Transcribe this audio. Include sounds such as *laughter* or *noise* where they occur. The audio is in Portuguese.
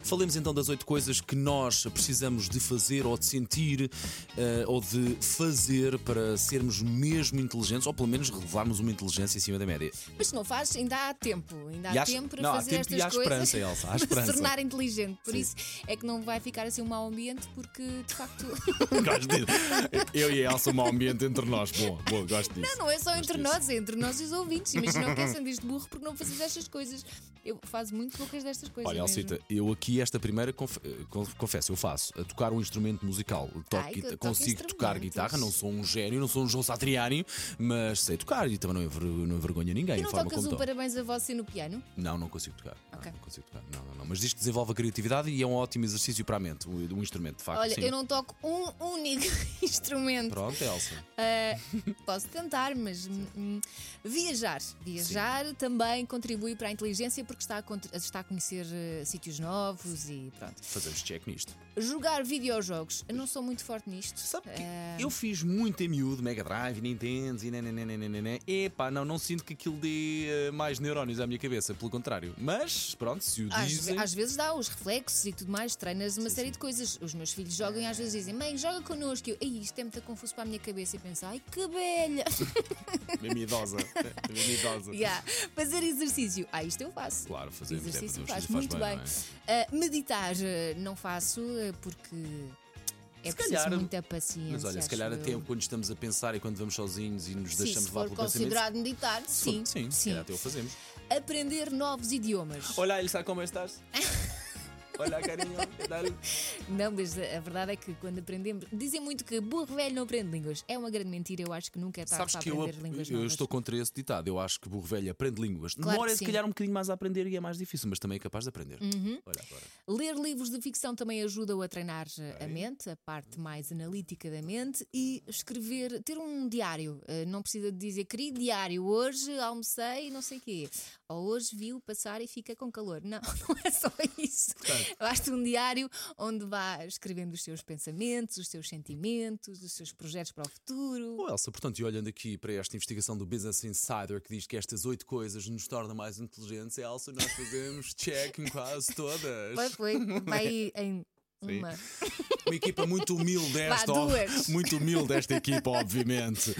Falemos então das oito coisas que nós precisamos de fazer ou de sentir eh, ou de fazer para sermos mesmo inteligentes ou pelo menos revelarmos uma inteligência acima da *laughs* média. Mas se não faz, ainda há tempo. Ainda há E há- tempo para não, há fazer tempo estas e há coisas. esperança, Elsa, há *laughs* para esperança. se tornar inteligente. Por Sim. isso é que não vai ficar assim um mau ambiente, porque de facto. *laughs* Gosto disso. Eu e a Elsa, um mau ambiente entre nós. Bom, bom, gosto disso. não, não é só Gosto entre disso. nós, é entre nós e os ouvintes. Mas não querem diz é de burro porque não fazes estas coisas. Eu faço muito poucas destas coisas. Olha, é mesmo. Alcita, eu aqui esta primeira conf- eh, conf- confesso, eu faço a tocar um instrumento musical. Toco Ai, que guita- toca consigo tocar instrumentos. guitarra, não sou um gênio, não sou um João Satriani, mas sei tocar e também não, enver, não envergonho ninguém. E a não forma tocas um como o toco. parabéns a você no piano? Não, não consigo tocar. Ok. Não, não consigo tocar. Não, não, não. Mas diz que desenvolve a criatividade e é um ótimo exercício para a mente, um, um instrumento, de facto. Olha, sim. eu não toco um único *laughs* instrumento. Pronto, Elsa. Uh, posso tentar, mas hum, hum, viajar. Viajar também contribui para a inteligência porque está a, contr- está a conhecer uh, sítios novos e pronto. Fazemos check nisto. Jogar videojogos. Eu não sou muito forte nisto. Sabe que Uh, eu fiz muito em miúdo, Mega Drive, Nintendo e né, nananana. Epá, não, não sinto que aquilo dê eh, mais neurónios à minha cabeça, pelo contrário. Mas, pronto, se o às, dizem. ve- às vezes dá os reflexos e tudo mais, treinas uma série de coisas. Os meus filhos jogam e às vezes dizem: Mãe, joga connosco. E Eu, "Ei, isto é muito confuso para a minha cabeça. E penso: Ai, que *laughs* belha! Mesmo *laughs* idosa. Mesmo idosa. Yeah. Fazer exercício. Ah, isto eu faço. Claro, fazemos, é, exercício fazemos, faz, faz muito bem, é? bem. Ah, meditar ah, não faço ah, porque é Se preciso calhar- muita paciência. Mas olha, se calhar acho até eu. quando estamos a pensar e quando vamos sozinhos e nos Sim, deixamos se levar for pelo pensamento. considerado meditar, se for- sim. sim, se calhar até o fazemos. Aprender novos idiomas. Olá, Elsa, como *laughs* estás? Olá, carinho. que tal? Não, mas a a verdade é que quando aprendemos. Dizem muito que burro velho não aprende línguas. É uma grande mentira, eu acho que nunca é Sabes tarde para que eu, aprender línguas eu novas. estou contra esse ditado. Eu acho que burro velho aprende línguas. Claro Demora que se sim. Uhum. calhar um bocadinho mais a aprender e é mais difícil, mas também é capaz de aprender. Olha agora. Ler livros de ficção também ajuda-o a treinar eh, a mente, a parte mais analítica da mente, e escrever, ter um diário. Eh, Não precisa de dizer, querido diário, hoje almocei e não sei o quê. Ou hoje viu passar e fica com calor. Não, *laughs* não é só isso. Basta um diário onde vá escrevendo os seus pensamentos, os seus sentimentos, os seus projetos para o futuro. Bom, oh, Elsa, portanto, e olhando aqui para esta investigação do Business Insider que diz que estas oito coisas nos tornam mais inteligentes, Elsa, nós fazemos check em quase todas. Foi, foi. Vai aí em Sim. uma. Uma equipa muito humilde Vá, desta, duas. *laughs* muito humilde esta equipa, obviamente.